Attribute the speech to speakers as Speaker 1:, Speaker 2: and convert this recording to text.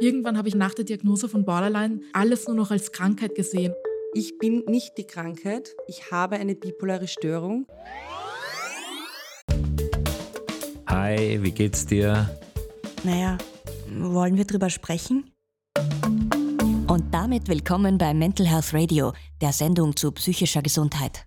Speaker 1: Irgendwann habe ich nach der Diagnose von Borderline alles nur noch als Krankheit gesehen.
Speaker 2: Ich bin nicht die Krankheit, ich habe eine bipolare Störung.
Speaker 3: Hi, wie geht's dir?
Speaker 4: Naja, wollen wir drüber sprechen?
Speaker 5: Und damit willkommen bei Mental Health Radio, der Sendung zu psychischer Gesundheit.